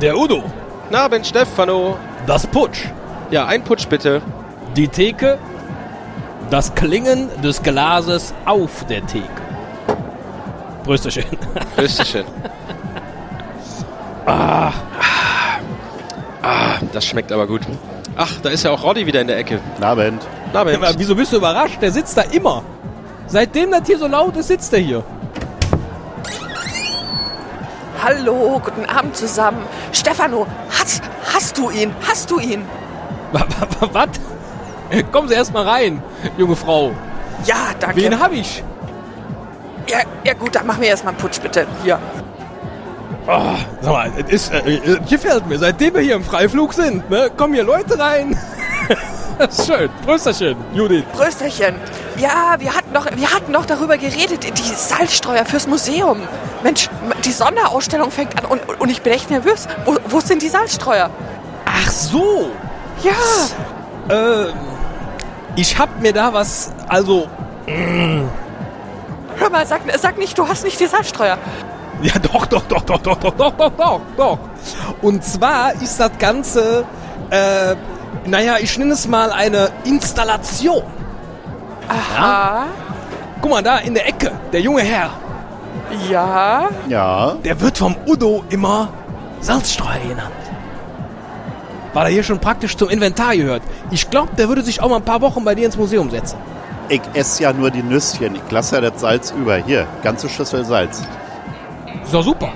Der Udo. Na, Abend, Stefano. Das Putsch. Ja, ein Putsch bitte. Die Theke. Das Klingen des Glases auf der Theke. Brüsterchen. Österchen. Ah, Ah, das schmeckt aber gut. Ach, da ist ja auch Roddy wieder in der Ecke. Guten Abend. Na, Abend. aber wieso bist du überrascht? Der sitzt da immer. Seitdem das hier so laut ist, sitzt er hier. Hallo, guten Abend zusammen. Stefano, hast, hast du ihn? Hast du ihn? Was? Kommen Sie erst mal rein, junge Frau. Ja, danke. Wen hab ich? ja, ja gut, dann mach mir erstmal einen Putsch bitte. Hier. Ah, sag mal, es ist, äh, äh, gefällt mir, seitdem wir hier im Freiflug sind, ne, kommen hier Leute rein. das ist schön. Brüsterchen, Judith. Prösterchen. Ja, wir hatten noch, wir hatten noch darüber geredet, die Salzstreuer fürs Museum. Mensch, die Sonderausstellung fängt an und, und ich bin echt nervös. Wo, wo sind die Salzstreuer? Ach so. Ja, Äh, ich hab mir da was, also, hör mal, sag, sag nicht, du hast nicht die Salzstreuer. ja doch, doch, doch, doch, doch, doch, doch, doch, doch, doch. Und zwar ist das Ganze, äh, naja, ich nenne es mal eine Installation. Aha. Guck mal, da in der Ecke, der junge Herr, Ja. Ja. der wird vom Udo immer Salzstreuer genannt. Weil er hier schon praktisch zum Inventar gehört. Ich glaube, der würde sich auch mal ein paar Wochen bei dir ins Museum setzen. Ich esse ja nur die Nüsschen. Ich lasse ja das Salz über. Hier, ganze Schüssel Salz. Ist doch super.